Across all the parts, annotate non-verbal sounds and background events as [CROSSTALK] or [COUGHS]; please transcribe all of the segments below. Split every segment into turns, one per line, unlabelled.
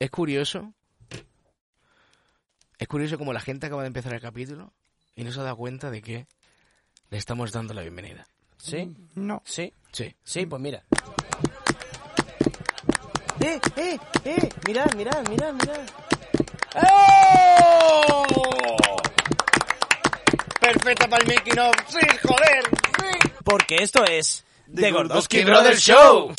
Es curioso. Es curioso como la gente acaba de empezar el capítulo y no se ha dado cuenta de que le estamos dando la bienvenida.
¿Sí?
No.
¿Sí?
Sí.
Sí, pues mira. ¡Eh, eh, eh! Mirad, mirad, mirad, mirad.
¡Oh! Perfecta para el making of. Sí, joder. Sí.
Porque esto es... The Gordowski
Brothers Show.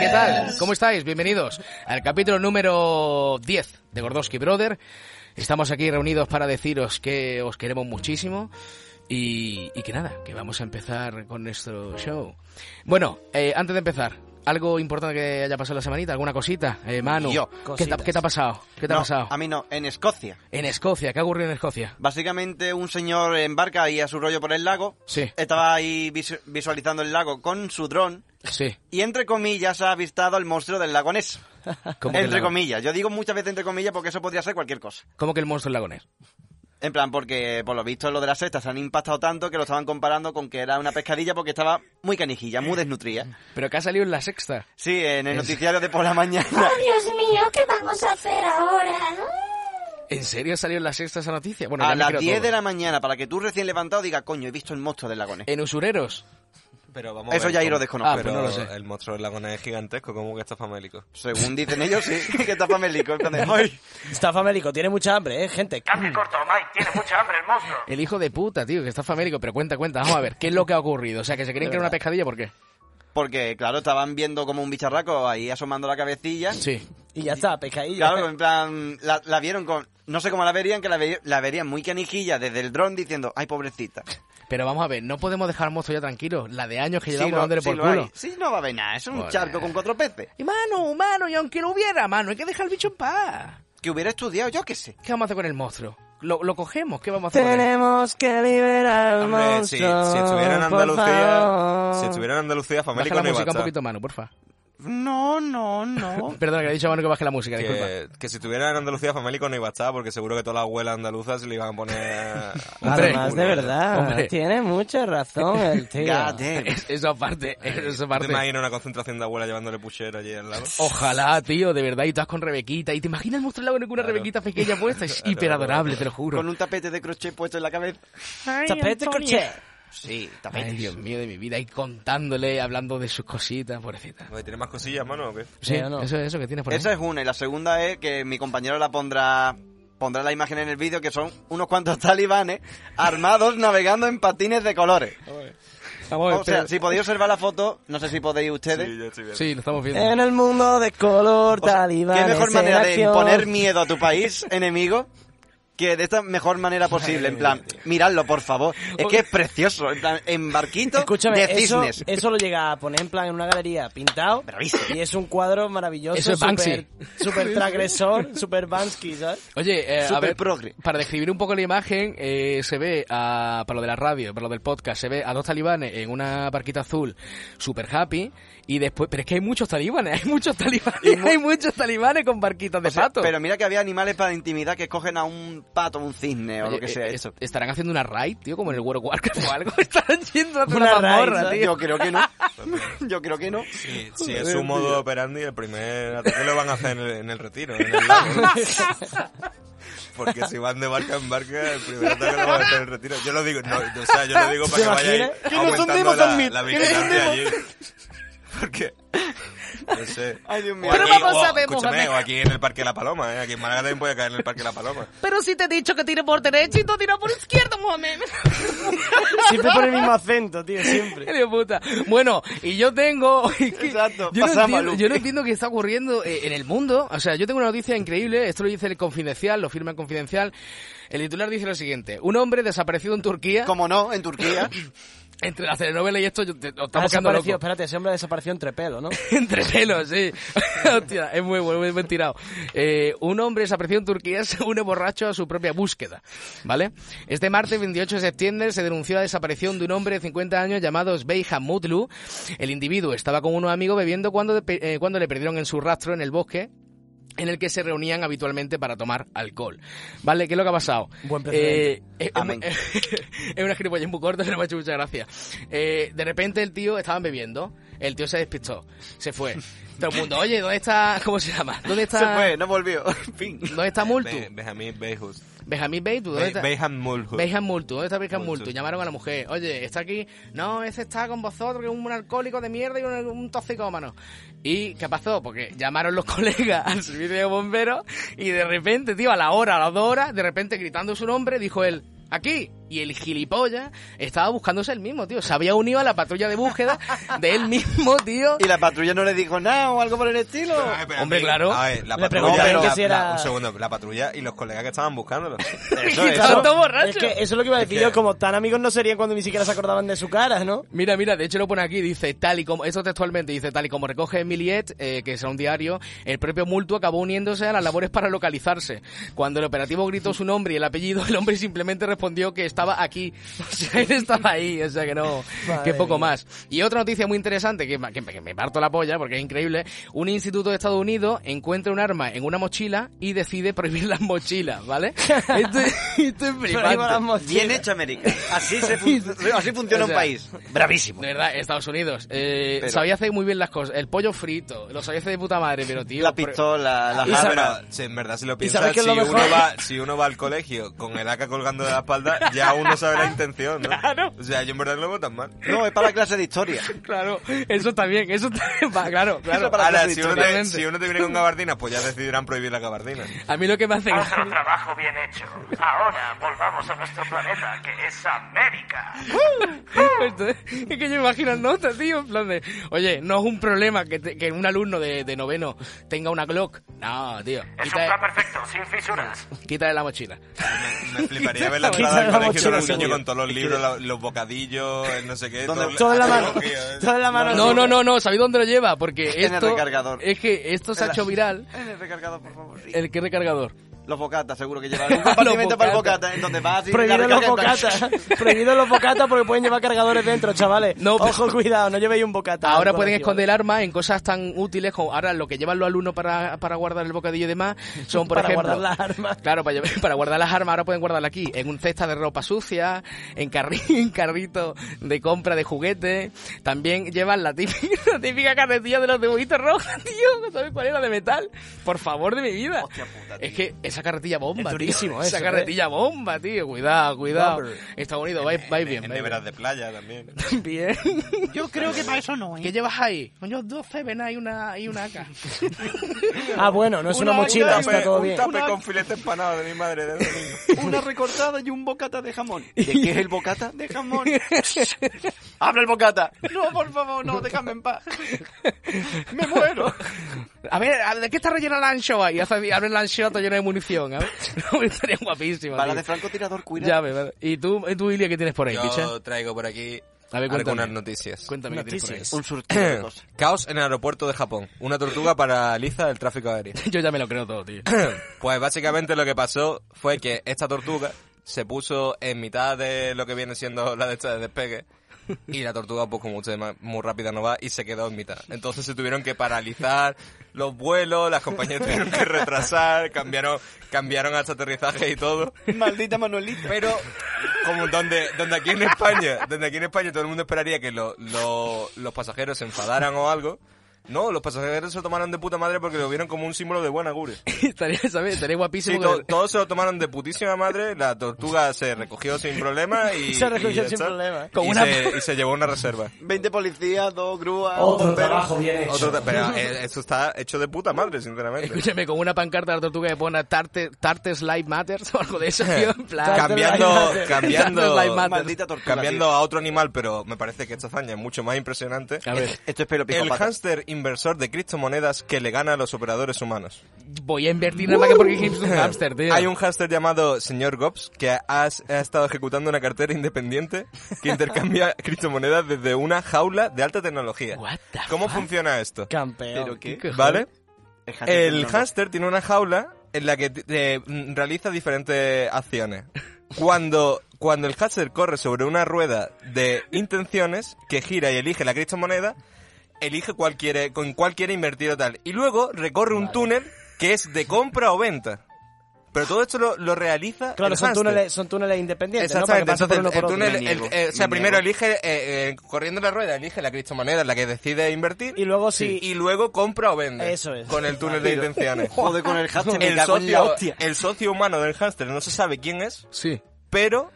¿Qué tal? ¿Cómo estáis? Bienvenidos al capítulo número 10 de Gordowski Brother. Estamos aquí reunidos para deciros que os queremos muchísimo y, y que nada, que vamos a empezar con nuestro show. Bueno, eh, antes de empezar, algo importante que haya pasado la semanita, alguna cosita, eh, Manu.
Yo,
¿qué, te,
cositas.
qué te ha pasado? ¿Qué te ha
No,
pasado?
A mí no, en Escocia.
En Escocia, ¿qué ha ocurrido en Escocia?
Básicamente un señor embarca ahí a su rollo por el lago.
Sí.
Estaba ahí visu- visualizando el lago con su dron.
Sí.
Y entre comillas ha avistado al monstruo del lago Ness.
¿Cómo que el
Entre
lago-
comillas. Yo digo muchas veces entre comillas porque eso podría ser cualquier cosa.
¿Cómo que el monstruo del lagonés?
En plan, porque por lo visto lo de las cestas se han impactado tanto que lo estaban comparando con que era una pescadilla porque estaba muy canijilla, muy desnutrida.
Pero que ha salido en la sexta.
Sí, en el noticiario de por
[LAUGHS]
la mañana.
Dios mío, ¿qué vamos a hacer ahora?
¿En serio ha salido en la sexta esa noticia? Bueno,
A
ya me
las
creo
10
todo.
de la mañana, para que tú recién levantado digas, coño, he visto el monstruo del lago Ness.
En Usureros.
Pero vamos a
Eso
ver
ya ahí
cómo-
lo desconozco.
Ah,
Pero
pues no lo sé.
el monstruo del lago Ness es gigantesco, ¿cómo que está famélico?
Según dicen ellos, sí, [LAUGHS] que está
[LAUGHS]
famélico. en plan de, "Ay".
Está famélico, tiene mucha hambre, ¿eh, gente?
El hijo de puta, tío, que está famélico. Pero cuenta, cuenta. Vamos a ver, ¿qué es lo que ha ocurrido? O sea, que se creen que era una pescadilla, ¿por qué?
Porque, claro, estaban viendo como un bicharraco ahí asomando la cabecilla.
Sí.
Y ya está, pescadilla.
Claro, en plan, la, la vieron con... No sé cómo la verían, que la, ve- la verían muy canijilla desde el dron diciendo, ay, pobrecita.
Pero vamos a ver, no podemos dejar al monstruo ya tranquilo. La de años que
Sí,
llevamos
lo-
dándole
sí
por
lo
culo.
hay. Sí, no va a haber nada, es un
Joder.
charco con cuatro peces.
Y mano, mano, y aunque no hubiera, mano, hay que dejar al bicho en paz.
Que hubiera estudiado, yo qué sé.
¿Qué vamos a hacer con el monstruo? ¿Lo, lo cogemos? ¿Qué vamos a hacer con él?
Tenemos que liberar al
Hombre, si, si
monstruo,
estuviera en
por
Andalucía,
favor.
si estuviera en Andalucía,
Baja
famélico
la
no iba a
música un
estar.
poquito, mano, porfa.
No, no,
[LAUGHS]
no.
Perdona, que le he dicho a mano que baje la música, disculpa.
Que, que si estuviera en Andalucía, famélico no iba a estar, porque seguro que todas las abuelas andaluzas le iban
[LAUGHS]
a poner...
Hombre.
Además, de verdad,
Hombre.
tiene mucha razón [LAUGHS] el tío.
God damn.
Es- [LAUGHS] Eso aparte, eso
¿Te
aparte.
imaginas una concentración de abuelas llevándole puchero allí
[LAUGHS]
al lado?
Ojalá, tío, de verdad, y todas con Rebequita. Y te imaginas mostrar la con una Rebequita pequeña puesta. Es
Claro,
hiper adorable, te lo
Con
juro.
un tapete de crochet puesto en la cabeza.
Tapete corché.
Sí,
Ay,
tapete.
Dios mío de mi vida, y contándole, hablando de sus cositas, pobrecita.
Oye, ¿Tiene más cosillas, mano, o qué?
Sí,
Pero no.
eso es eso que tienes por ahí.
Esa es una. Y la segunda es que mi compañero la pondrá... Pondrá la imagen en el vídeo que son unos cuantos [LAUGHS] talibanes armados navegando en patines de colores. O sea, si podéis observar la foto, no sé si podéis ustedes.
Sí, yo estoy bien.
Sí, lo estamos
Eh,
viendo.
En el mundo de color,
O sea,
talibanes
¿Qué mejor
en
manera de
acción.
imponer miedo a tu país [LAUGHS] enemigo? Que de esta mejor manera posible, en plan, miradlo, por favor. Es que es precioso, en plan, en barquito
Escúchame,
de
eso,
cisnes.
eso lo llega a poner en plan en una galería pintado.
Bravísimo.
Y es un cuadro maravilloso.
Eso es Banksy.
Super, super transgresor, super
[LAUGHS]
Bansky, ¿sabes?
Oye, eh, a
Super
ver,
progre.
para describir un poco la imagen, eh, se ve, a, para lo de la radio, para lo del podcast, se ve a dos talibanes en una barquita azul, super happy, y después, pero es que hay muchos talibanes, [LAUGHS] hay muchos talibanes, hay muchos talibanes con barquitas de
O sea,
pato.
Pero mira que había animales para intimidad que escogen a un pato, un cisne o
Oye,
lo que
eh,
sea.
eh,
eso.
Estarán haciendo una raid, tío, como en el World of Warcraft
[LAUGHS]
o algo. [LAUGHS] Estarán yendo a hacer
Una
una, mazmorra,
raid,
tío.
Yo creo que no.
[LAUGHS]
Yo creo que no.
Sí, sí, es su modo operandi, el primer ataque lo van a hacer en el, en el retiro. en el lago.
[LAUGHS]
Porque si van de barca en barca, el primer ataque lo van a hacer en el retiro. Yo lo digo, no, o sea, yo lo digo para
¿Te
que vayáis
imaginas?
aumentando la, la vigilancia allí. Porque No sé.
Ay, Dios mío.
O
Pero
aquí-
vamos
o-
a ver,
escúchame,
Mohamed.
o aquí en el Parque La Paloma, ¿eh? Aquí en Málaga también puede caer en el Parque La Paloma.
Pero si te he dicho que tire por derecha y tú tiras por izquierda,
[LAUGHS]
Mohamed.
Siempre pone el mismo acento, tío, siempre.
Hijo de puta. Bueno, y yo tengo... [LAUGHS] es que
Exacto,
yo, no
pasamos
entiendo,
al
yo no entiendo qué está ocurriendo eh, en el mundo. O sea, yo tengo una noticia increíble. Esto lo dice el Confidencial, lo firma el Confidencial. El titular dice lo siguiente. Un hombre desaparecido en Turquía...
Como no, en Turquía.
Entre la telenovela y esto, yo te- lo
Ha
está buscando
desaparecido,
loco.
espérate, ese hombre ha desaparecido entre pelos, ¿no?
[LAUGHS] Entre pelos, sí. Hostia, es muy bueno, muy buen tirado. Eh, un hombre desaparecido en Turquía [LAUGHS] se une borracho a su propia búsqueda, ¿vale? Este martes 28 de septiembre se denunció la desaparición de un hombre de 50 años llamado Svey Hamutlu. El individuo estaba con unos amigos bebiendo cuando, de- eh, cuando le perdieron en su rastro en el bosque en el que se reunían habitualmente para tomar alcohol. ¿Vale? ¿Qué es lo que ha pasado?
Buen precedente.
Eh, es, es
Amén.
muy- [LAUGHS] es una gilipollez muy corta, [LAUGHS] pero me ha hecho mucha gracia. Eh, de repente el tío estaban bebiendo, el tío se despistó, se fue. Todo el mundo, oye, ¿dónde está? ¿Cómo se llama? ¿Dónde está?
Se fue, no volvió. [LAUGHS] En fin.
¿Dónde está Multu?
Be- Benjamín Beijus.
Benjamín Beitu, ¿dónde
Be-
está?
Benjamín Mulhus.
Beijan Multu, ¿dónde está Beijan
Multu.
Multu? Llamaron a la mujer, oye, está aquí, no, ese está con vosotros, que es un alcohólico de mierda y un, un toxicómano. ¿Y qué pasó? Porque llamaron los [LAUGHS] colegas al servicio de bomberos y de repente, tío, a la hora, a las dos horas, de repente gritando su nombre, dijo él, aquí. Y el gilipollas estaba buscándose el mismo, tío. Se había unido a la patrulla de búsqueda de él mismo, tío.
[LAUGHS] Y la patrulla no le dijo nada o algo por el estilo.
Ay, pero a
Hombre,
mí-
claro.
a ver, la
Le pregunté
patrulla.
que
la-
si era-
la- un segundo, la patrulla y los colegas que
[LAUGHS]
estaban buscándolo.
Eso,
Y
eso.
Claro, todo borracho.
Es que eso es lo que iba a
Es
decir
que-
yo, como tan amigos no serían cuando ni siquiera se acordaban de su cara, ¿no?
Mira, mira, de hecho lo pone aquí, dice tal y como, esto textualmente, dice tal y como recoge Emiliet, eh, que será un diario, el propio Multu acabó uniéndose a las labores para localizarse. Cuando el operativo gritó su nombre y el apellido, el hombre simplemente respondió que estaba aquí. [LAUGHS] O sea, él estaba ahí, o sea que no,
Madre
que poco
mía.
más. Y otra noticia muy interesante, que, ma- que- que me parto la polla porque es increíble, un instituto de Estados Unidos encuentra un arma en una mochila y decide prohibir las mochilas,
[LAUGHS]
¿vale? Esto, esto es
Pero iba
flipante.
las mochilas.
Bien hecho, América. Así, se [LAUGHS] fun- así funciona
O sea,
un país. Bravísimo.
De verdad, Estados Unidos. Eh,
Pero-
Sabía hacer muy bien las cosas. El pollo frito, lo sabía hacer de puta madre, pero tío.
La
pero-
pistola, la
Ah,
jarra.
pero si en verdad si lo
sabes
piensas,
qué
si
es lo
uno,
mejor?
va, si uno va al colegio con el AK colgando de la espalda, ya uno
[LAUGHS]
sabe la intención, ¿no? O sea, yo en verdad no lo veo tan mal.
No, es para la clase de [LAUGHS] historia.
Claro, eso también, eso también. va, Claro, claro.
para
Ahora,
que
si uno, te,
totalmente.
si uno te viene con gabardinas, pues ya decidirán prohibir la gabardina.
A mí lo que me hace.
Otro Ah, trabajo bien hecho. Ahora volvamos a nuestro planeta, que es
[LAUGHS]
América.
Esto es es que yo me imagino el nota, tío. En plan de, oye, no es un problema que, te- que un alumno de, de noveno tenga una Glock. No, tío.
Es un
Quítale,
plan perfecto, sin fisuras.
[LAUGHS] quítale la mochila.
Me,
[LAUGHS]
me fliparía ver la
Quita
entrada del
la
colegio
mochila,
de los niños
tío.
con todos los libros, la- los bocadillos, el no sé qué.
Donde-
Todo en la mano.
Tío, eh.
Todo en la mano.
No, no, no, no, ¿sabéis dónde lo lleva? Porque
[LAUGHS] En el
esto.
recargador.
Es que esto se ha hecho
[LAUGHS]
viral.
En el recargado, por favor. sí.
¿El qué recargador?
Los bocatas, seguro [LAUGHS] que llevan un compartimento para el bocata, en donde vas y
Prohibido
la
los
recarga en plan-
bocatas. [LAUGHS] Prohibido los bocatas porque pueden llevar cargadores dentro, chavales.
No, pero-
Ojo, cuidado, no llevéis un bocata.
Ahora
al
pueden
colegio, ¿vale?
esconder armas en cosas tan útiles como ahora lo que llevan los alumnos para, para guardar el bocadillo y demás son,
[LAUGHS]
por
Para
ejemplo,
guardar las armas.
Claro, para, llevar- [LAUGHS] para guardar las armas ahora pueden guardarlas aquí, en un cesta de ropa sucia, en, carri- en [LAUGHS] carrito de compra de juguetes. También llevan la típica, [LAUGHS] la típica carretilla de los dibujitos rojos, [LAUGHS] tío. ¿Sabes cuál era? De metal. Por favor, de mi vida. es que esa carretilla bomba,
Es
tío.
durísimo
Esa
eso,
carretilla bomba, tío. Cuidado, cuidado.
Bomber.
Estados Unidos, vais, vais bien.
¿eh? En
vais
neveras de playa también.
bien. [LAUGHS] Bien.
Yo creo que para eso no, ¿eh?
¿Qué llevas ahí? Coño, dos Febenas y una, y una [LAUGHS] AK.
Ah, bueno, no es una,
Una-
mochila,
una-
está todo
un
bien.
tape con filete empanado de mi madre de
[LAUGHS]
domingo.
Una recortada y un bocata de [LAUGHS] jamón. ¿De qué es el bocata? De jamón. [LAUGHS] ¡Habla el bocata! No, por favor, no, déjame en paz. [LAUGHS] Me muero.
A ver, a- ¿de qué está rellena la anchoa? Y hace- y abre la anchoa toda llena de munición, [LAUGHS] a ver. Estaría guapísimo.
Bala
tío.
de francotirador, cuidado.
Ya, ve, vale. ¿Y tú, y tú Ilia, qué tienes por ahí, picha?
Yo traigo por aquí
A ver, cuéntame.
algunas noticias.
Cuéntame qué tienes por ahí.
Un surtido de cosas.
[COUGHS] Caos en el aeropuerto de Japón. Una tortuga paraliza el tráfico aéreo.
[LAUGHS]
[COUGHS]
Yo ya me lo creo todo, tío. [LAUGHS]
Pues básicamente lo que pasó fue que esta tortuga se puso en mitad de lo que viene siendo la de esta de despegue. Y la tortuga, pues como ustedes ma- muy rápida no va, y se quedó en mitad. Entonces se tuvieron que paralizar los vuelos, las compañías [LAUGHS] tuvieron que retrasar, cambiaron, cambiaron hasta aterrizaje y todo.
[LAUGHS] Maldita Manuelita.
Pero como donde, donde aquí en España, donde aquí en España todo el mundo esperaría que lo- lo- los pasajeros se enfadaran o algo, No, los pasajeros se lo tomaron de puta madre porque lo vieron como un símbolo de buen augurio.
estaría, ¿sabes? estaría
Sí,
guapísimo.
to-
que-
todos se lo tomaron de putísima madre, la tortuga se recogió sin
[LAUGHS]
problema y...
Se recogió
y ya
sin
está.
problema.
Con
y,
una-
se,
[LAUGHS]
y se llevó una reserva.
20 policías, dos grúas.
Otro
un perro.
trabajo bien hecho.
Otro-
[LAUGHS]
pero eh, esto está hecho de puta madre, sinceramente.
Escúchame, con una pancarta de la tortuga que pone Tarte, Tartes Life Matters o algo de eso, tío, en plan...
cambiando,
Tartes Life
cambiando,
Matter.
Maldita tortuga.
cambiando
tío.
a otro animal, pero me parece que esta hazaña es mucho más impresionante.
A ver,
Esto es pelo
El
psicópata.
hámster inversor de criptomonedas que le gana a los operadores humanos.
voy a invertir nada más que porque es un hamster, tío.
Hay un hámster llamado señor Gobs que ha, ha estado ejecutando una cartera independiente
[LAUGHS]
que intercambia criptomonedas desde una jaula de alta tecnología.
What the
¿Cómo
fuck?
funciona esto?
Campeón.
¿Pero qué?
Qué
¿Vale?
El hámster tiene
El
un nombre.
hámster tiene una jaula en la que eh, mm, realiza diferentes acciones. Cuando, cuando el hámster corre sobre una rueda de intenciones que gira y elige la criptomoneda, elige cuál quiere, con cuál quiere invertir o tal. Y luego recorre un túnel que es de compra o venta. Pero todo esto lo, lo realiza
Claro,
el
son
hámster.
túneles, son túneles independientes, ¿no? Para que
Exactamente,
pasen por uno
entonces
por
el
otro.
túnel,
Me niego,
el- eh, o sea,
me
primero
niego.
elige, eh, eh, corriendo la rueda, elige la criptomoneda en la que decide invertir
Y luego si-
y luego compra o vende.
Eso es.
Con el túnel de
[LAUGHS]
intenciones.
Joder, con el hámster me
el,
cago en la
socio,
hostia.
el socio humano del hámster no se sabe quién es,
Sí.
pero,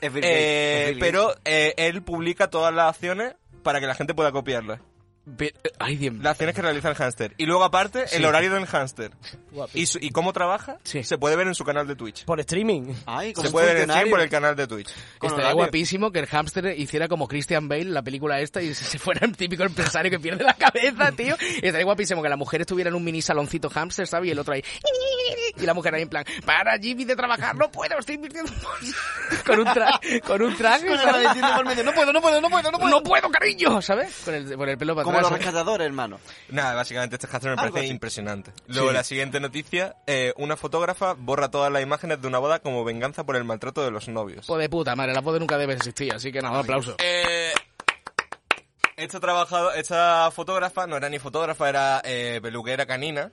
Es Bill Gates,
eh,
es Bill Gates.
pero eh, él publica todas las acciones para que la gente pueda copiarlas.
Ve- eh, Ay, Dios mío.
Las acciones que realiza el hámster. Y luego, aparte, el horario del hámster.
Guapísimo.
Y, su- y cómo trabaja
Sí.
se puede ver en su canal de Twitch.
Por streaming.
Ay, como
Se
un
puede ver en stream
funcionario.
por el canal de Twitch.
con
Estaría
horario.
guapísimo que el hámster hiciera como Christian Bale, la película esta, y se fuera el típico empresario que pierde la cabeza, tío. Estaría guapísimo que las mujeres tuvieran un mini saloncito hámster, ¿sabes? Y el otro ahí... Y la mujer ahí en plan, para Jimmy de trabajar, no puedo, estoy invirtiendo... [LAUGHS] con un traje, con un traje,
Con el
¿sabes?
agradeciendo por medio. No puedo, no puedo, no puedo, no puedo.
No puedo, cariño, ¿sabes? Con el, con el pelo para
Como los
atrás.
rescatadores, hermano.
Nada, básicamente este hashtag me
Algo
parece
así.
impresionante. Luego,
Sí.
la siguiente noticia. eh, una fotógrafa borra todas las imágenes de una boda como venganza por el maltrato de los novios.
Hijo Pues de puta madre, la poder nunca debe existir, así que nada, un aplauso.
Eh, esta, trabajado, esta fotógrafa no era ni fotógrafa, era eh, peluquera canina.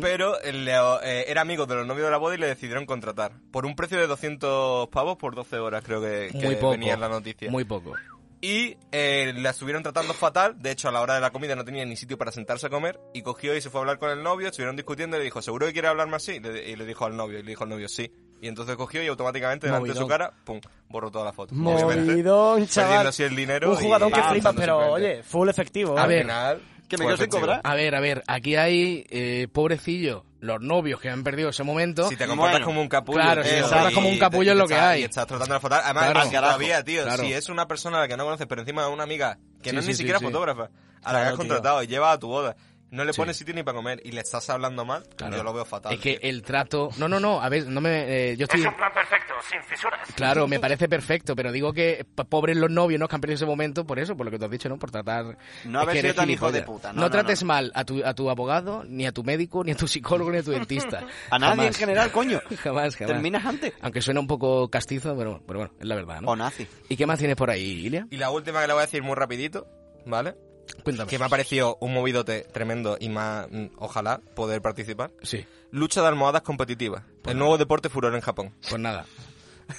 Pero le- eh, era amigo de los novios de la boda y le decidieron contratar. Por un precio de 200 pavos por 12 horas, creo que, que
Muy poco.
venía en la noticia.
Muy poco.
Y eh, la estuvieron tratando fatal. De hecho, a la hora de la comida no tenía ni sitio para sentarse a comer. Y cogió y se fue a hablar con el novio. Estuvieron discutiendo y le dijo, ¿seguro que quiere hablar más? Sí. Y le, y le dijo al novio. Y le dijo al novio, sí. Y entonces cogió y automáticamente delante de su
Movidón.
cara, pum, borró toda la foto.
Movidón,
Perdiendo
chaval.
así el dinero.
Un jugador
y
que
avanzando
flipas, pero
simplemente.
oye, full efectivo.
A
¿eh?
Al
ver,
final, pues
Que me
fue
quedo sin
efectivo.
cobrar.
A ver, a ver, aquí hay, eh, pobrecillo, los novios que han perdido ese momento.
Si te comportas
Bueno,
como un capullo.
claro,
si
tío,
te
y-
comportas
como un capullo
y-
es lo
y
que
estás-
hay.
Y estás tratando la foto. Además,
Claro.
más todavía, tío.
Claro.
Si es una persona a la que no conoces, pero encima una amiga que
Sí,
no es
sí,
ni
sí,
siquiera
sí.
fotógrafa, a la que
Claro,
has
tío.
contratado y llevas a tu boda, no le pones sitio ni para comer y le estás hablando mal,
Claro.
yo lo veo fatal.
Es que
tío.
el trato. No, no, no, a ver, no me. eh, yo estoy.
Es un plan perfecto, sin fisuras.
Claro, me parece perfecto, pero digo que p- pobres los novios, ¿no? Que han perdido ese momento por eso, por lo que tú has dicho, ¿no? Por tratar...
No
Es
haber
que eres
sido tan hijo de
gilipollas.
puta,
No,
no, no,
trates
no.
mal a tu, a tu abogado, ni a tu médico, ni a tu psicólogo, ni a tu dentista.
[LAUGHS] A nadie
Jamás.
en general, coño.
Jamás, jamás.
Terminas antes.
Aunque suena un poco castizo, pero, pero bueno, es la verdad, ¿no?
O nazi.
¿Y qué más tienes por ahí, Ilia?
Y la última que la voy a decir muy rapidito, ¿vale?
Cuéntame.
Que me ha parecido un movidote tremendo y más, mm, ojalá, poder participar.
Sí,
Lucha de almohadas competitiva. El nuevo deporte furor en Japón.
pues nada.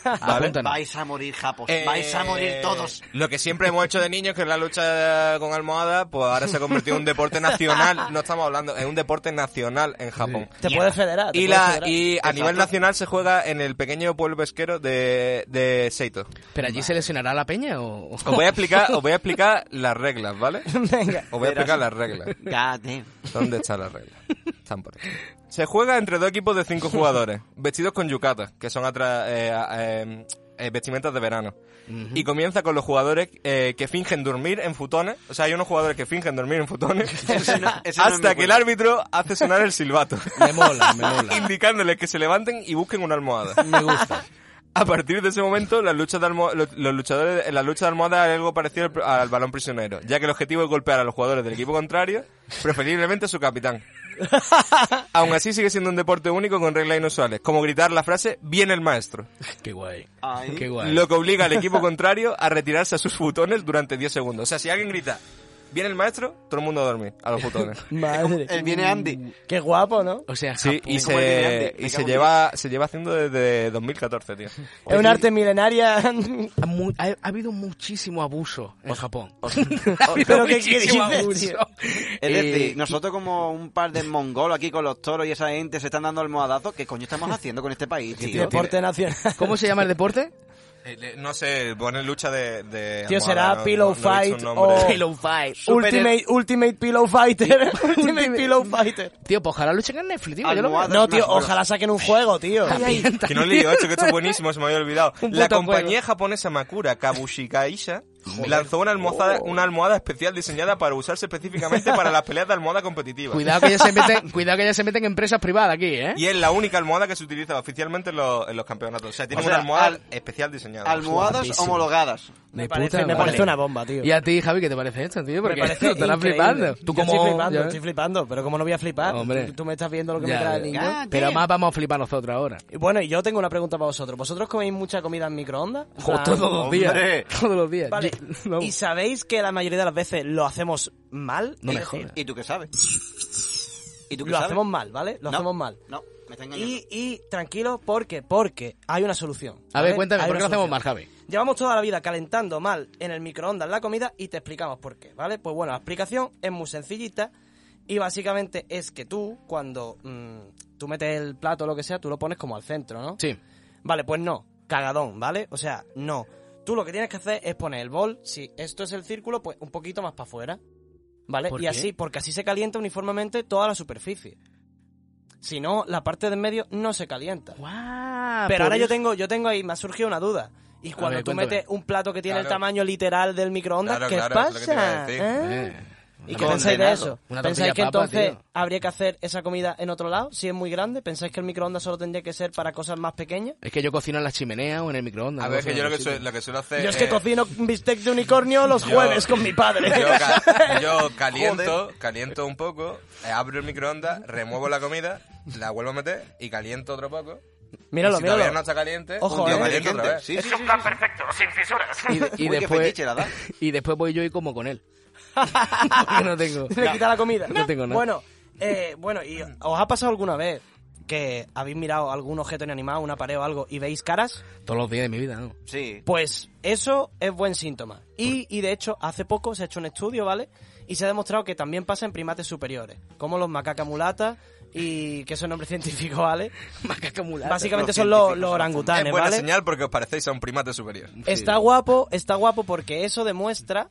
Vale.
Apúntanos.
Vais a morir, japos.
Eh,
Vais a morir todos.
Lo que siempre hemos hecho de niños, que es la lucha con almohadas, pues ahora se ha convertido en un deporte nacional. No estamos hablando, es un deporte nacional en Japón.
Te puedes federar. te
Y,
puedes
la,
federar.
y a nivel nacional se juega en el pequeño pueblo pesquero de, de Seito.
¿Pero allí se lesionará la peña o...? [LAUGHS]
Os voy, a explicar, os voy a explicar las reglas, ¿vale?
[LAUGHS] Venga.
Os voy a explicar las reglas.
God damn.
¿Dónde están las reglas? Están por ahí. Se juega entre dos equipos de cinco jugadores, vestidos con yucatas, que son atra- eh, a- eh, eh, vestimentas de verano. Y comienza con los jugadores eh, que fingen dormir en futones. O sea, hay unos jugadores que fingen dormir en futones.
Ese no- ese no es
hasta
mi
que el
juego.
árbitro hace sonar el silbato.
Me mola, me
[LAUGHS]
mola.
indicándoles que se levanten y busquen una almohada.
me gusta.
[LAUGHS] A partir de ese momento, las luchas de almo- los, los luchadores, la lucha de almohada es algo parecido al, pr- al balón prisionero, ya que el objetivo es golpear a los jugadores del equipo contrario, preferiblemente a su capitán.
[LAUGHS]
Aún así sigue siendo un deporte único con reglas inusuales, como gritar la frase "Viene el maestro",
Qué guay.
Ay.
Qué guay. [LAUGHS]
lo que obliga al equipo contrario a retirarse a sus futones durante 10 segundos. O sea, si alguien grita Viene el maestro, todo el mundo a dormir, a los putones.
Madre.
Él viene Andy.
Qué guapo, ¿no?
O sea,
Sí, y
Japón.
como el de
se,
antes, me
y se
cago en
lleva se lleva haciendo desde 2014, tío.
Es un arte milenaria.
Ha mu- ha, ha habido muchísimo abuso en Japón. [LAUGHS]
Pero ¿qué- qué
Muchísimo
dices, tío?
abuso.
Es
Eh,
decir, nosotros como un par de mongolos aquí con los toros y esa gente se están dando el almohadazo. ¿Qué coño estamos haciendo con este país, tío?
Deporte
[LAUGHS]
nacional.
¿Cómo se llama el deporte?
[LAUGHS] Eh, le- No sé, pone lucha de... de
Tío,
almohada,
será
no- no-
Pillow
no he dicho un
Fight
nombre.
o-
Pillow Fight.
Ultimate, Ultimate Pillow Fighter. [LAUGHS] Ultimate Pillow Fighter.
Tío, pues ojalá luchen en Netflix, tío. Yo lo veo. [LAUGHS]
Almohada.
No, tío, ojalá saquen un juego, tío.
Que no le digo hecho, que esto es buenísimo, se me había olvidado.
Un
La
puto
compañía japonesa Makura Kabushikaisha lanzó una almohada, una almohada especial diseñada para usarse específicamente para las peleas de almohada competitiva.
Cuidado que ya se meten, cuidado que ya se meten empresas privadas aquí, ¿eh?
Y es la única almohada que se utiliza oficialmente en los, en los campeonatos. O sea, tiene
O
una
sea,
almohada
al-
especial diseñada.
Almohadas
Guapísimo.
homologadas.
De
Me parece,
puta
me
madre.
parece una bomba, tío.
¿Y a ti, Javi, qué te parece esto, tío? Porque
me
[LAUGHS]
parece
te estás
increíble.
flipando.
Yo
Tú como...
estoy flipando,
ya
estoy
ves.
flipando, pero cómo no voy a flipar?
Hombre.
Tú, tú me estás viendo lo que
Ya,
me trae el
ya.
niño.
Ah,
Pero más vamos a flipar nosotros ahora.
Y Bueno, y yo tengo una pregunta para vosotros. ¿Vosotros coméis mucha comida en microondas? En
Jo,
plan-
todos los días.
hombre.
Todos los días.
Vale.
Yo- [LAUGHS] no.
¿Y sabéis que la mayoría de las veces lo hacemos mal?
No
Es
me
decir,
jodas.
¿Y tú qué sabes? ¿Y tú qué
Lo
sabes?
hacemos mal, ¿vale? Lo
No,
hacemos mal.
No, me está engañando.
Y, y tranquilo, porque Porque hay una solución.
A ver,
¿vale?
cuéntame,
Hay
¿por
una
qué lo hacemos
solución.
mal, Javi?
Llevamos toda la vida calentando mal en el microondas la comida y te explicamos por qué, ¿vale? Pues bueno, la explicación es muy sencillita y básicamente es que tú, cuando mm, tú metes el plato o lo que sea, tú lo pones como al centro, ¿no?
Sí.
Vale, pues no, cagadón, ¿vale? O sea, no. Tú lo que tienes que hacer es poner el bol, si esto es el círculo, pues un poquito más para afuera, ¿vale?
¿Por
Y
qué?
así, porque así se calienta uniformemente toda la superficie. Si no, la parte del medio no se calienta.
Ah,
Pero
pues.
ahora yo tengo, yo tengo ahí, me ha surgido una duda. Y cuando
ver,
tú
cuéntame.
metes un plato que tiene el
Claro.
tamaño literal del microondas,
Claro,
¿qué
claro, es lo que te iba a
pasa?
decir.
¿Eh?
Eh,
¿Y
una
qué
tortilla
pensáis de
papa,
eso?
una
¿Pensáis
tortilla
que
papa,
entonces
tío.
habría que hacer esa comida en otro lado? Si es muy grande, ¿pensáis que el microondas solo tendría que ser para cosas más pequeñas?
Es que yo cocino en la chimenea o en el microondas.
A
no
ver,
sé,
que yo
en
lo que,
algún
[LAUGHS] suelo, lo que suelo hacer...
Yo es que
eh,
cocino bistec de unicornio los
yo-
jueves con mi padre.
Yo, ca- yo caliento, caliento un poco, eh, abro el microondas, remuevo la comida, la vuelvo a meter y caliento otro poco. y
[LAUGHS] míralo,
si todavía
míralo.
no está caliente,
Ojo,
un día
eh.
caliento otra vez.
Sí, sí,
Es
sí.
un plan perfecto, sin fisuras.
sitio. Y, y
Uy, qué
después,
fetiche la da.
[LAUGHS] y después voy yo y como con él. [LAUGHS]
[LAUGHS]
Porque no tengo.
Le quita la comida.
No tengo nada.
Bueno, eh, bueno, ¿y os ha pasado alguna vez que habéis mirado algún objeto inanimado, una pared o algo, y veis caras?
Todos los días de mi vida, ¿no? [LAUGHS]
Sí.
Pues eso es buen síntoma. Y, y de hecho, hace poco se ha hecho un estudio, ¿vale? Y se ha demostrado que también pasa en primates superiores, como los macaca mulata y que es el nombre [LAUGHS] científico, ¿vale?
Macaca mulata.
Básicamente
Los
son los,
científicos
los
son
es
orangutanes,
buena
¿vale?
señal porque os parecéis a un primate superior.
Está guapo, está guapo porque eso demuestra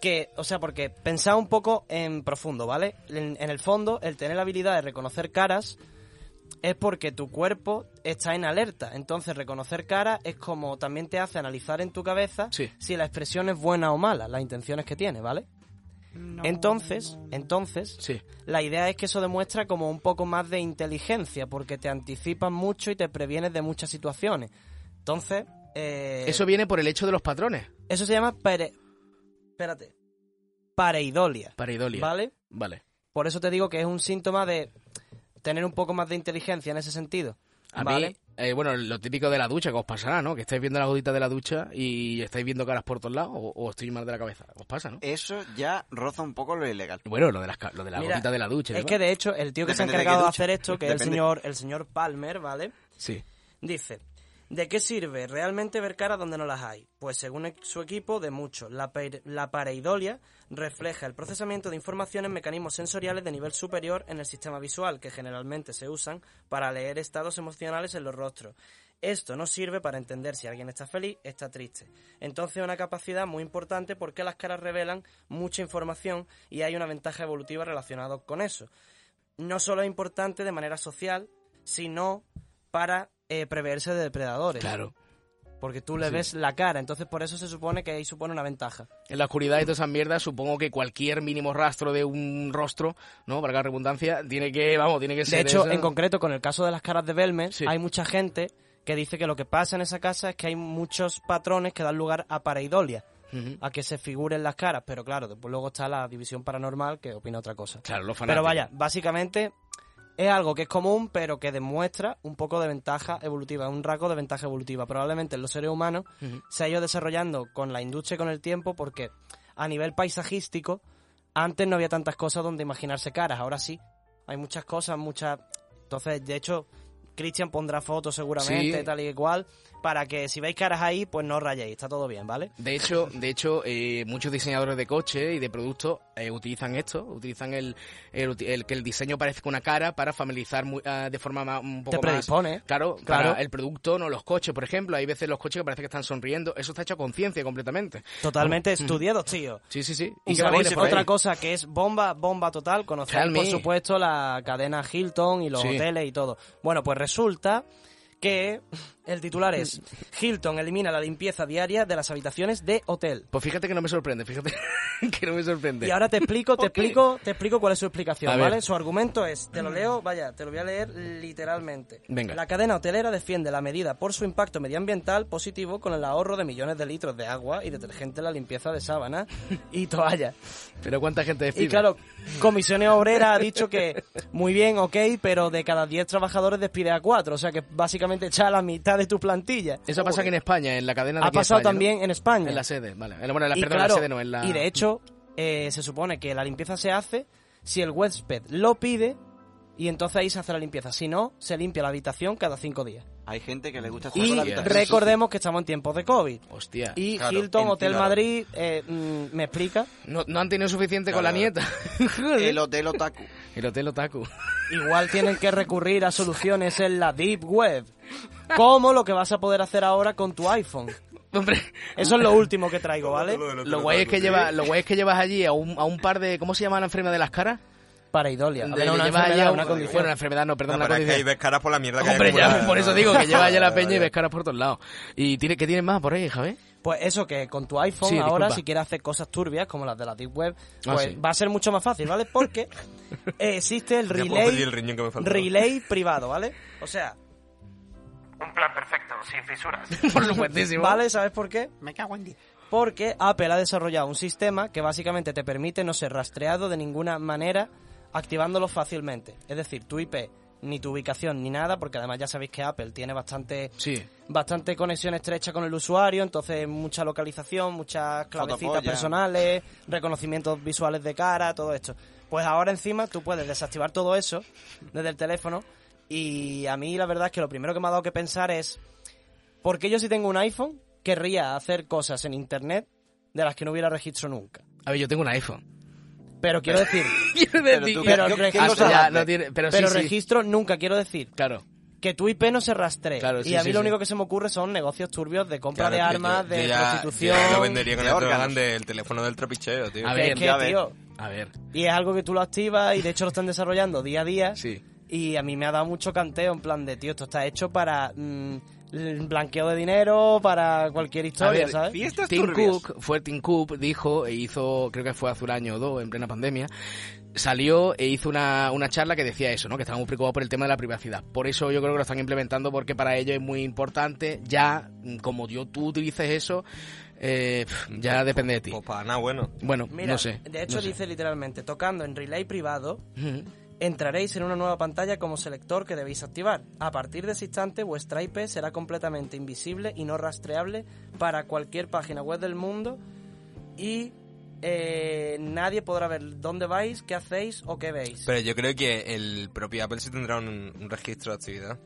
que, o sea, porque pensad un poco en profundo, ¿vale? En, en el fondo, el tener la habilidad de reconocer caras es porque tu cuerpo está en alerta. Entonces, reconocer caras es como también te hace analizar en tu cabeza
Sí.
si la expresión es buena o mala, las intenciones que tiene, ¿vale? entonces, entonces,
Sí.
la idea es que eso demuestra como un poco más de inteligencia, porque te anticipas mucho y te previenes de muchas situaciones. Entonces, eh,
Eso viene por el hecho de los patrones.
eso se llama pere... Espérate. Pareidolia.
Pareidolia.
¿Vale?
Vale.
Por eso te digo que es un síntoma de tener un poco más de inteligencia en ese sentido.
A
¿vale?
mí, eh, bueno, lo típico de la ducha, que os pasará, ¿no? Que estáis viendo la gotita de la ducha y estáis viendo caras por todos lados, o, o estoy mal de la cabeza. Os pasa, ¿no?
Eso ya roza un poco lo ilegal.
Bueno, lo de, las, ca- lo de la
Mira,
gotita de la ducha. y
Es
demás.
que de hecho, el tío que se ha
Depende de qué
encargado de
ducha.
hacer esto, que es el
Depende.
señor, el señor Palmer, ¿vale? [LAUGHS]
Sí.
Dice, ¿de qué sirve realmente ver caras donde no las hay? Pues según e- su equipo, de mucho. La, per- la pareidolia refleja el procesamiento de información en mecanismos sensoriales de nivel superior en el sistema visual, que generalmente se usan para leer estados emocionales en los rostros. Esto no sirve para entender si alguien está feliz, está triste. Entonces es una capacidad muy importante porque las caras revelan mucha información y hay una ventaja evolutiva relacionada con eso no solo es importante de manera social, sino para eh, preverse de depredadores.
Claro.
Porque tú le ves la cara, entonces por eso se supone que ahí supone una ventaja.
En la oscuridad y todas esas mierdas, supongo que cualquier mínimo rastro de un rostro, ¿no? Para la redundancia, tiene que, vamos, tiene que
De
ser.
hecho,
esa-
en concreto, con el caso de las caras de Belmer,
Sí.
hay mucha gente que dice que lo que pasa en esa casa es que hay muchos patrones que dan lugar a pareidolia,
Ujú.
a que se figuren las caras, pero claro, después luego está la división paranormal que opina otra cosa.
Claro, los fanáticos.
Pero vaya, básicamente es algo que es común, pero que demuestra un poco de ventaja evolutiva, un rasgo de ventaja evolutiva. Probablemente en los seres humanos se ha ido desarrollando con la industria y con el tiempo, porque a nivel paisajístico, Antes no había tantas cosas donde imaginarse caras, ahora sí. Hay muchas cosas, muchas... Entonces, de hecho, Cristian pondrá fotos seguramente,
Sí.
tal y cual, para que si veis caras ahí, pues no os rayéis, está todo bien, ¿vale?
De hecho, de hecho eh, muchos diseñadores de coches y de productos eh, utilizan esto, utilizan el, el uti- el que el diseño parezca una cara para familiarizar muy- ah, de forma más- un poco
Te
más...
predispone. ¿eh?
Claro,
Claro.
para el producto, no los coches, por ejemplo. Hay veces los coches que parece que están sonriendo. Eso está hecho a conciencia completamente.
Totalmente estudiados, tío.
Sí, sí, sí.
Y
qué más
sabéis
viene por
otra
ahí?
cosa que es bomba, bomba total. Conocéis,
Tell
por
me.
supuesto, la cadena Hilton y los
Sí.
hoteles y todo. Bueno, pues resulta que el titular es Hilton elimina la limpieza diaria de las habitaciones de hotel.
Pues fíjate que no me sorprende, fíjate [LAUGHS] que no me sorprende.
Y ahora te explico, te
[LAUGHS] ¿Por qué?
explico, te explico cuál es su explicación,
A ver.
¿vale? Su argumento es, te lo leo, vaya, te lo voy a leer literalmente.
Venga.
La cadena hotelera defiende la medida por su impacto medioambiental positivo con el ahorro de millones de litros de agua y detergente en la limpieza de sábanas y toallas.
Pero cuánta gente decide.
Y claro, Comisiones Obreras ha dicho que muy bien, ok, pero de cada 10 trabajadores despide a 4, o sea que básicamente echa a la mitad de tu plantilla.
Eso pasa aquí en España, en la cadena de
Ha
aquí de
pasado
España, ¿no?
también en España.
En la sede, vale. En la- Bueno, en la,
Y
perdón, en
claro,
la sede no, en la...
y de hecho, eh, se supone que la limpieza se hace si el huésped lo pide y entonces ahí se hace la limpieza. Si no, se limpia la habitación cada 5 días.
Hay gente que le gusta jugar
Y
con la
habitación
habitación.
recordemos que estamos en tiempos de COVID.
Hostia.
Y
Claro,
Hilton Hotel
encima.
Madrid, eh, mm, ¿me explica?
No, no han tenido suficiente con la
Claro.
nieta. [LAUGHS]
El hotel otaku.
El hotel otaku.
Igual tienen que recurrir a soluciones en la Deep Web. Como lo que vas a poder hacer ahora con tu iPhone.
[LAUGHS] Hombre,
Eso es lo último que traigo, ¿vale?
lo guay es que lleva, lo guay es que llevas allí a un, a un par de, ¿cómo se llama la enfermedad de las caras?
Para idolia.
Le- le
una
llevas allí a
enfermedad,
un-
una condición.
Bueno, una enfermedad, no, perdón,
No,
una
pero es que ahí
condición.
ves caras por la mierda que
Hombre,
hay
ya,
acumulada.
por eso digo que [LAUGHS] lleva ya la
Vale,
peña y
vale.
ves caras por todos lados. ¿Y tiene, que tienes más por ahí, Javier?
Pues eso, que con tu iPhone
Sí,
ahora,
disculpa.
si quieres hacer cosas turbias como las de la Deep Web,
Ah,
pues
sí.
va a ser mucho más fácil, ¿vale?
[LAUGHS]
Porque eh, existe el
Ya puedo
relay,
pedir el riñón que me faltaba.
relay privado, ¿vale? O sea,
Un plan perfecto, sin fisuras.
[LAUGHS] Por supuestísimo.
¿vale? ¿Sabes por qué? Porque Apple ha desarrollado un sistema que básicamente te permite no ser rastreado de ninguna manera activándolo fácilmente. Es decir, tu IP, ni tu ubicación, ni nada, porque además ya sabéis que Apple tiene bastante,
Sí.
bastante conexión estrecha con el usuario, entonces mucha localización, muchas clavecitas
Fotopolla.
personales, reconocimientos visuales de cara, todo esto. Pues ahora encima tú puedes desactivar todo eso desde el teléfono y a mí la verdad es que lo primero que me ha dado que pensar es porque yo si tengo un iPhone querría hacer cosas en internet de las que no hubiera registro nunca.
A ver, yo tengo un iPhone.
Pero quiero decir,
Pero
tú-
pero
¿qué- qué
registro-
cosas
ya,
haces?
no tiene, pero,
pero
sí, sí.
registro nunca quiero decir
Claro.
que tu IP no se rastree.
Claro, sí,
y a mí
sí,
lo
sí.
único que se me ocurre son negocios turbios de compra
[LAUGHS] Claro,
de
tío,
armas,
yo-
de
yo ya-
prostitución.
Yo lo vendería con
de
el
órganos.
eslogan del teléfono del trapicheo, tío.
A
Que
ver,
es que,
ya ves.
tío,
a ver.
y es algo que tú lo activas y de hecho lo están desarrollando día a día.
Sí.
Y a mí me ha dado mucho canteo en plan de, tío, esto está hecho para mm, el blanqueo de dinero, para cualquier
A
historia,
ver,
¿sabes?
Fiestas
Tim
turbias.
Cook, fue Tim Cook, dijo e hizo, creo que fue hace un año o dos, en plena pandemia, salió e hizo una, una charla que decía eso, ¿no? Que estaba muy preocupado por el tema de la privacidad. Por eso yo creo que lo están implementando porque para ellos es muy importante. Ya, mm, como yo, tú utilices eso, eh, pf, ya depende de ti.
Pues para nada bueno.
Bueno,
Mira,
no sé.
de hecho
no sé.
dice literalmente, tocando en relay privado,
Ujú.
entraréis en una nueva pantalla como selector que debéis activar. A partir de ese instante, vuestra IP será completamente invisible y no rastreable para cualquier página web del mundo y eh, nadie podrá ver dónde vais, qué hacéis o qué veis.
Pero yo creo que el propio Apple sí tendrá un, un registro de actividad.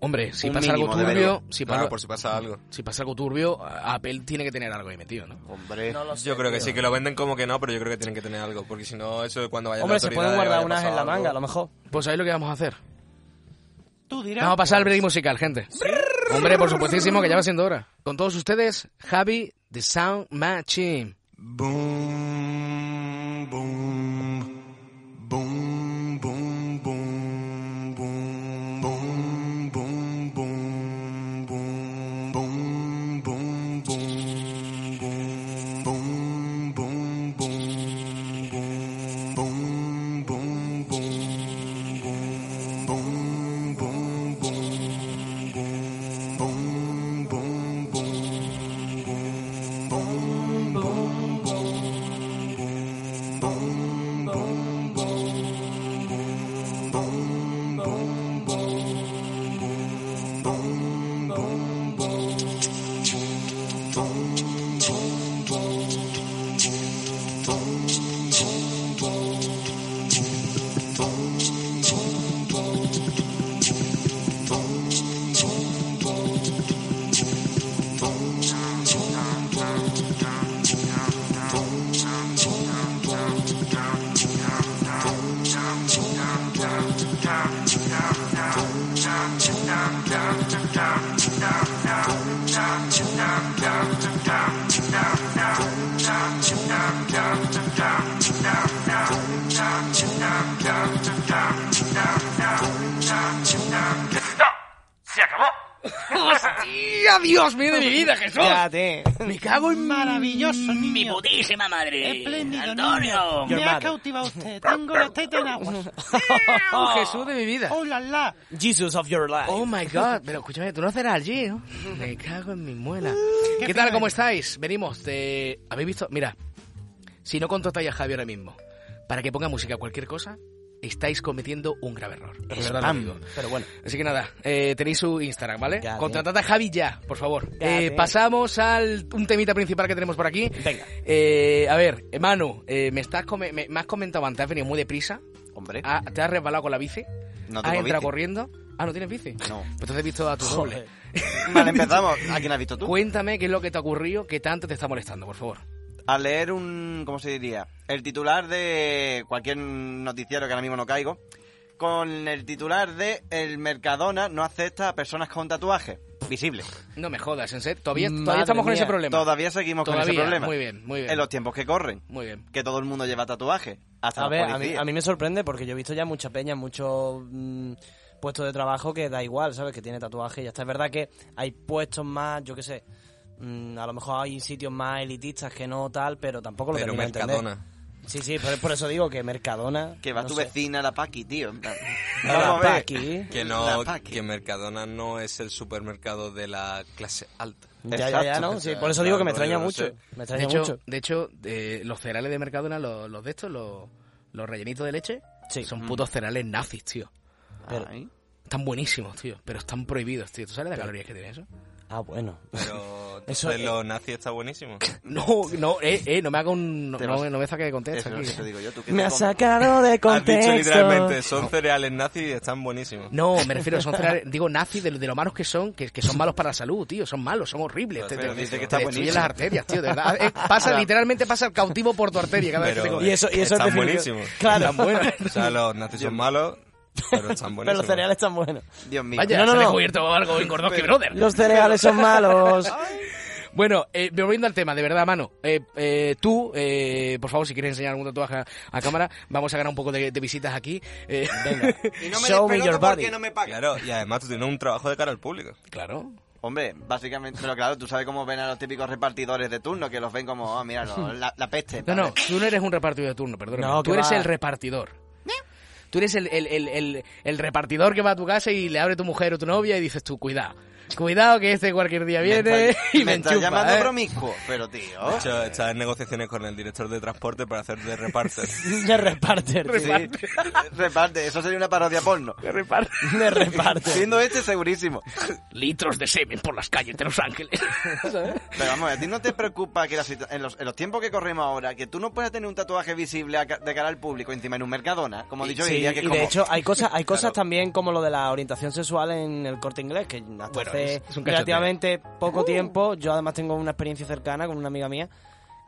Hombre, si
Un
pasa algo
mínimo Ah, de
turbio,
valor.
si,
Claro,
pa-
por si pasa algo.
si pasa algo turbio, Apple tiene que tener algo ahí metido, ¿no?
Hombre.
No lo sé,
Yo creo que
tío.
sí, que lo venden como que no, pero yo creo que tienen que tener algo. Porque si no, eso cuando vaya
Hombre, se pueden guardar unas en la manga, a lo mejor.
Pues ahí lo que vamos a hacer. Vamos a pasar al break musical, gente. Hombre, por supuestísimo que ya va siendo hora. Con todos ustedes, Javi The Sound Machine.
Boom, boom, boom, boom, boom, boom, boom, boom, boom, boom, boom, boom, boom, boom, boom, boom, boom, boom, boom, boom, boom.
¡Stop! ¡Se acabó!
¡Hostia, Dios mío de mi vida, Jesús!
Fíjate.
Me cago en
Maravilloso,
¡Mi
niño.
putísima madre!
Espléndido,
¡Antonio!
niño. Me
madre.
ha cautivado usted. Tengo la teta en agua.
¡Oh, Jesús de mi vida!
Oh, la, la.
Jesus of your life.
Oh my god, pero escúchame, tú no serás allí, ¿no? Me cago en mi muela. [LAUGHS] ¿Qué tal, cómo estáis? Venimos de... ¿Habéis visto? Mira, si no contratáis a Javi ahora mismo para que ponga música a cualquier cosa, estáis cometiendo un grave error. De verdad lo digo.
Pero bueno.
Así que nada, eh, tenéis su Instagram, ¿vale?
Ya,
Contratad a Javi ya, por favor.
Ya,
Eh,
ya.
pasamos al un temita principal que tenemos por aquí.
Venga.
Eh, a ver, eh, Manu, eh, me, estás come- me, me has comentado antes, has venido muy deprisa,
Hombre,
ha- te has resbalado con la bici,
no
has
tengo
entrado
bici.
corriendo. Ah, ¿no tienes bici?
No.
Pues entonces he visto a tu doble.
Joder.
Vale, empezamos. ¿A quién has visto tú?
Cuéntame qué es lo que te ha ocurrido, que tanto te está molestando, por favor.
a leer un, ¿cómo se diría? El titular de cualquier noticiero que ahora mismo no caigo, con el titular de El Mercadona no acepta a personas con tatuaje. Visible.
No me jodas, en serio. Todavía,
Madre
todavía estamos con ese
mía.
problema.
Todavía seguimos con ese
Todavía,
problema.
muy bien, muy bien.
En los tiempos que corren,
Muy bien.
que todo el mundo lleva tatuaje. Hasta
A
los
ver, a mí,
policías.
a mí me sorprende porque yo he visto ya mucha peña, muchos mm, puestos de trabajo que da igual, ¿sabes? Que tiene tatuaje y ya está. Es verdad que hay puestos más, yo qué sé, mm, a lo mejor hay sitios más elitistas que no tal, pero tampoco lo
Pero
termino de entender.
Mercadona.
Sí, sí, por, por eso digo que Mercadona.
Que va
no
tu
sé.
vecina, la Paqui, tío. en plan,
La
vamos a ver.
Paqui.
Que
La
no,
Paqui.
que Mercadona no es el supermercado de la clase alta.
Ya, ya, ya, ¿no?
Exacto.
Sí, por eso digo que me
Claro,
extraña
yo lo
mucho. Me
sé.
De
extraña
hecho,
mucho.
de hecho eh, los cereales de Mercadona, los, los de estos, los, los rellenitos de leche,
Sí.
son putos cereales nazis, tío.
Pero-
Ay.
Están buenísimos, tío, pero están prohibidos, tío. ¿Tú sabes las calorías que tiene eso?
Ah, bueno.
Pero
[LAUGHS] Eso
de
es-
los nazis está buenísimo.
No, no, eh, eh, no me haga un... No,
Te
no,
vas-
no me saque de
Eso,
contexto aquí.
eso digo yo, tú que
Me
te
ha
comes.
sacado de
Has
contexto.
dicho literalmente, son cereales nazis y están buenísimos.
No, me refiero, son cereales, digo nazis de, de lo malos que son, que, que son malos para la salud, tío, son malos, son horribles. Te,
Pero
te-
dice que
te
está
destruyen
buenísimo.
las arterias, tío, de verdad. Eh, pasa, literalmente pasa el cautivo por tu arteria cada vez que
Pero-
te
Y
comes.
eso, y eso
Están
es definición.
buenísimos.
Claro.
Tan bueno.
[LAUGHS]
O sea, los nazis son malos, pero están buenísimos.
Pero los cereales están buenos.
Dios mío.
Vaya,
No,
se
no,
ha
no.
descubierto algo en Gordoski Brother.
Los cereales son malos.
Bueno, eh, volviendo al tema, de verdad, mano. Eh, eh, tú, eh, por favor, si quieres enseñar algún tatuaje a, a cámara, vamos a ganar un poco de, de visitas aquí. Eh,
Y no me
Show me
despeloto
your
porque
body.
no me pagan.
Claro, y además tú tienes un trabajo de cara al público.
[LAUGHS] claro.
Hombre, básicamente, pero claro, tú sabes cómo ven a los típicos repartidores de turno, que los ven como, ah, mira, lo- la, la peste.
No, no,
[LAUGHS]
¿vale?
tú no eres un repartidor de turno, perdón.
No,
tú
que
eres
va.
el repartidor. Tú eres el, el- el- el- el repartidor que va a tu casa y le abre tu mujer o tu novia y dices tú, cuidado. Cuidado que este cualquier día
Me
viene
está-
y me,
me estás
enchufa,
llamando
¿eh?
promiscuo,
[LAUGHS]
pero tío.
Oh.
De hecho, estás en negociaciones con el director de transporte para hacer
[LAUGHS]
de reparter.
De reparter. tío.
Sí. [LAUGHS] reparte, eso sería una parodia porno.
De reparter.
Siendo este segurísimo.
[LAUGHS] Litros de semen por las calles de Los Ángeles. ¿Sabes?
Pero vamos, a ti no te preocupa que la situa- en, los, en los tiempos que corremos ahora, que tú no puedas tener un tatuaje visible a ca- de cara al público encima en un Mercadona, como he dicho,
Sí,
diría que
y
como-
de hecho hay cosas hay cosas también como lo de la orientación sexual en el corte inglés que hasta
Bueno,
hace
es- es un cachondeo.
relativamente poco tiempo yo además tengo una experiencia cercana con una amiga mía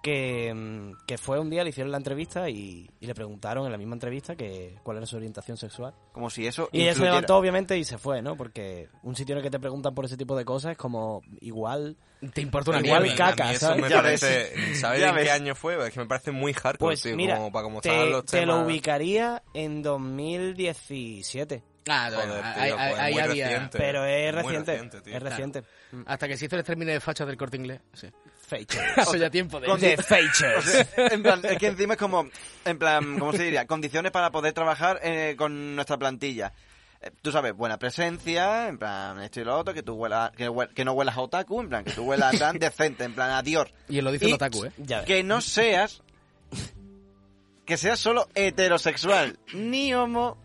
que, mm, que fue un día le hicieron la entrevista y, y le preguntaron en la misma entrevista que cuál era su orientación sexual
como si eso.
y ella se
influyera. [LAUGHS]
levantó obviamente y se fue no porque un sitio en el que te preguntan por ese tipo de cosas es como igual
Te importa una
Igual
A mí-
mierda.
ca- caca,
a mí eso
¿sabes?
me
Ya
parece-
ves.
¿Sabes
Ya
en
ves.
qué año fue? Es que me parece muy hardcore,
pues
tío,
mira
como para como estaban
te,
los
te lo
temas.
ubicaría en 2017
Ah,
Joder,
bueno,
tío,
ahí-
pues,
ahí-
es
ahí
muy
había-
reciente.
pero es
Muy
reciente,
reciente, tío.
es reciente
Mm. Hasta que se hizo el término de fachas del corte inglés. Sí.
Fecho.
[LAUGHS]
Hace ya tiempo de
con-
ello.
de fechas
O sea, [LAUGHS] en plan, es que encima es como, en plan, ¿cómo se diría? Condiciones para poder trabajar eh, con nuestra plantilla. Eh, Tú sabes, buena presencia, en plan, esto y lo otro, que tú huelas, que, hue- que no huelas a otaku, en plan, que tú huelas
[LAUGHS]
tan decente, en plan, a Dior.
Y él lo dice el otaku, ¿eh?
Ya ves.
Que no seas, que seas solo heterosexual, ni homo,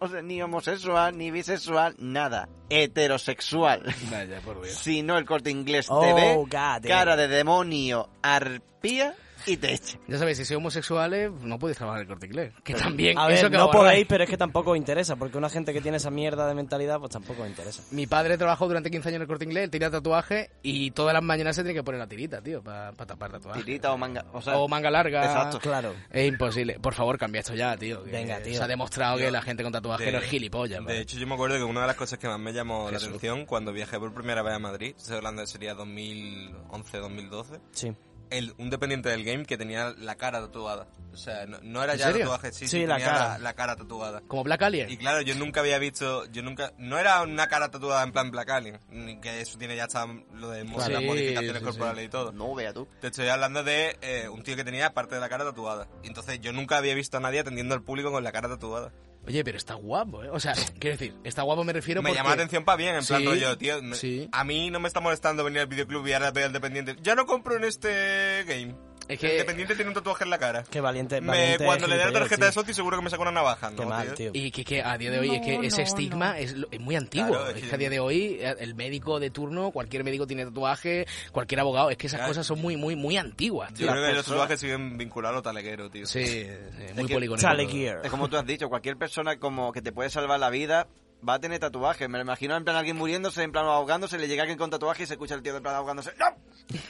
o sea, ni homosexual, ni bisexual, nada,
[LAUGHS]
heterosexual.
Vaya, por Dios.
Si no, el corte inglés
Oh,
te ve
God, eh.
cara de demonio arpía y te echa.
Ya sabéis, si sois homosexuales, no podéis trabajar en el corte inglés. Que también.
A ver,
eso que
no
ahorrar.
podéis, pero es que tampoco os interesa, porque una gente que tiene esa mierda de mentalidad, pues tampoco os interesa.
Mi padre trabajó durante 15 años en el corte inglés, él tenía tatuaje y todas las mañanas se tiene que poner la tirita, tío, para tapar tatuaje.
Tirita o manga. O, sea,
O manga larga.
Exacto.
Claro.
Es imposible. Por favor, cambia esto ya, tío. que
Venga, tío.
Se ha demostrado que la gente con tatuaje no es gilipollas.
De
¿vale?
hecho, yo me acuerdo que una de las cosas que más me llamó
Jesús.
la atención cuando viajé por primera vez a Madrid, estoy hablando de sería 2011, 2012,
Sí.
el, un dependiente del game que tenía la cara tatuada. O sea, no, no era
¿En
ya
serio?
tatuaje, sí,
Sí,
sí,
la
tenía
cara.
La, la cara tatuada.
Como Black Alien.
Y claro, yo nunca había visto, yo nunca, no era una cara tatuada en plan Black Alien, ni que eso tiene ya hasta lo de mo-
Claro.
las
Sí,
modificaciones
sí,
corporales y todo.
No vea tú.
Te estoy hablando de eh, un tío que tenía parte de la cara tatuada. Entonces yo nunca había visto a nadie atendiendo al público con la cara tatuada.
Oye, pero está guapo, ¿eh? O sea, quiero decir, está guapo me refiero
me
porque...
llama la atención para bien, en plan
Sí,
rollo, tío. me-
sí.
A mí no me está molestando venir al videoclub y ahora veo al dependiente. Ya no compro en este game.
Es que-
El dependiente tiene un tatuaje en la cara.
Qué valiente.
Me-
valiente
cuando le dé la
gilipollez,
tarjeta de
tío.
Soti seguro que me saca una navaja. ¿no,
Qué mal, tío.
Y que, que a día de hoy es que ese estigma es, lo- es muy antiguo.
Claro, es
es
que-
que a día de hoy eh, el médico de turno, cualquier médico tiene tatuaje, cualquier abogado, es que esas
Claro.
cosas son muy, muy, muy antiguas.
Yo
tío.
creo que los tatuajes siguen vinculados a lo taleguero, tío.
Sí, sí, muy
que-
poligonal.
Chale Gear.
Es como tú has dicho, cualquier persona como que te puede salvar la vida va a tener tatuajes. Me lo imagino en plan alguien muriéndose, en plan ahogándose, le llega alguien con tatuaje y se escucha el tío de plan ahogándose. ¡No!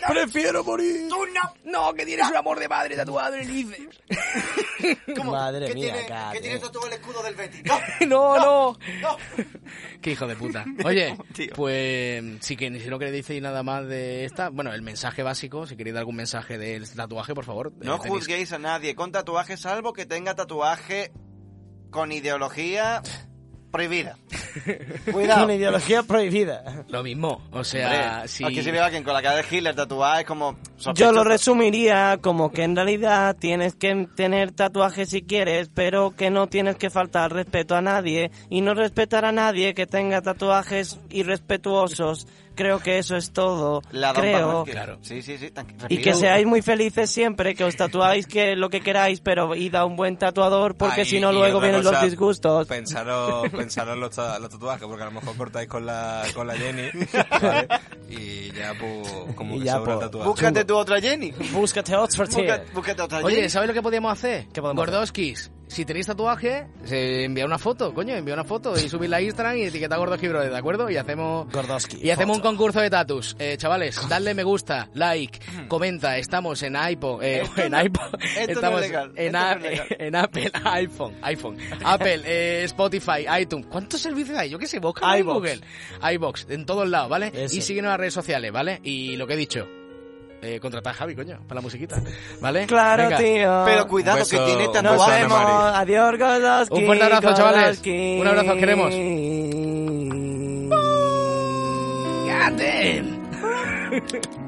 ¡Prefiero morir! ¡Tú no! ¡No, que tienes un amor de madre tatuado en el bíceps.
Madre
¿Qué
mía,
tiene,
cara,
¿qué tiene
tío.
tatuado el escudo del Betis? ¡No!
[LAUGHS] ¡No, no!
¡No!
[LAUGHS] ¡Qué hijo de puta! Oye,
Tío.
pues sí que si no queréis decir nada más de esta, bueno, el mensaje básico, si queréis dar algún mensaje del tatuaje, por favor.
[LAUGHS] No
eh, tenéis-
juzguéis a nadie con tatuaje, salvo que tenga tatuaje con ideología [LAUGHS] prohibida. Cuidado.
Una ideología
[LAUGHS]
prohibida.
Lo mismo, o sea,
Hombre,
si...
Aquí si veo a alguien con la cara de Hitler tatuada es como...
Yo lo
sospechoso.
resumiría como que en realidad tienes que tener tatuajes si quieres, pero que no tienes que faltar respeto a nadie y no respetar a nadie que tenga tatuajes irrespetuosos. Creo que eso es todo.
La Dan
Creo.
Barranque.
Claro.
Sí, sí, sí. tranqui-
Y
respira.
que seáis muy felices siempre, que os tatuáis que lo que queráis, pero id a un buen tatuador porque
Ah, y-
si no
y
luego
otra
vienen los
cosa,
disgustos. [LAUGHS]
Pensaros, pensaros los, ta- los tatuajes, porque a lo mejor cortáis con la, con la
[LAUGHS]
Jenny. ¿vale? Y ya, pues, como
Y
que
ya,
sobra el
pues,
tatuaje.
Búscate tú otra Jenny.
Búscate otro, tío.
Busca- Búscate otra Jenny.
Oye, ¿sabéis lo que podemos hacer?
¿Qué podemos
Gordoskis, si tenéis tatuaje, se envía una foto, coño, envía una foto y subidla a Instagram y etiqueta a Gordoski Brother, ¿de acuerdo? Y hacemos
Gordoski,
y hacemos
foto.
un concurso de tatus. Eh, chavales, dadle me gusta, like, comenta, estamos en iPod, eh,
Hmm.
[LAUGHS]
Esto
en
no-
iPod,
esto no es
estamos
legal,
en,
esto no
a-
es legal.
[LAUGHS] en Apple, iPhone, iPhone, Apple, eh, Spotify, iTunes. ¿Cuántos servicios hay? Yo qué sé, busca en
iVoox.
Google, iBox, en todos lados, ¿vale?
Eso.
Y síguenos en las redes sociales, ¿vale? Y lo que he dicho, eh, contratar a Javi, coño, para la musiquita, ¿vale?
Claro,
Venga.
tío.
Pero cuidado
Un beso-
que tiene
un
Nos
beso a Ana
tatuaje.
vemos.
Mari.
Adiós, Godoski.
Un fuerte abrazo, chavales.
Godoski.
Un abrazo, os queremos.
queremos.
Goddamn.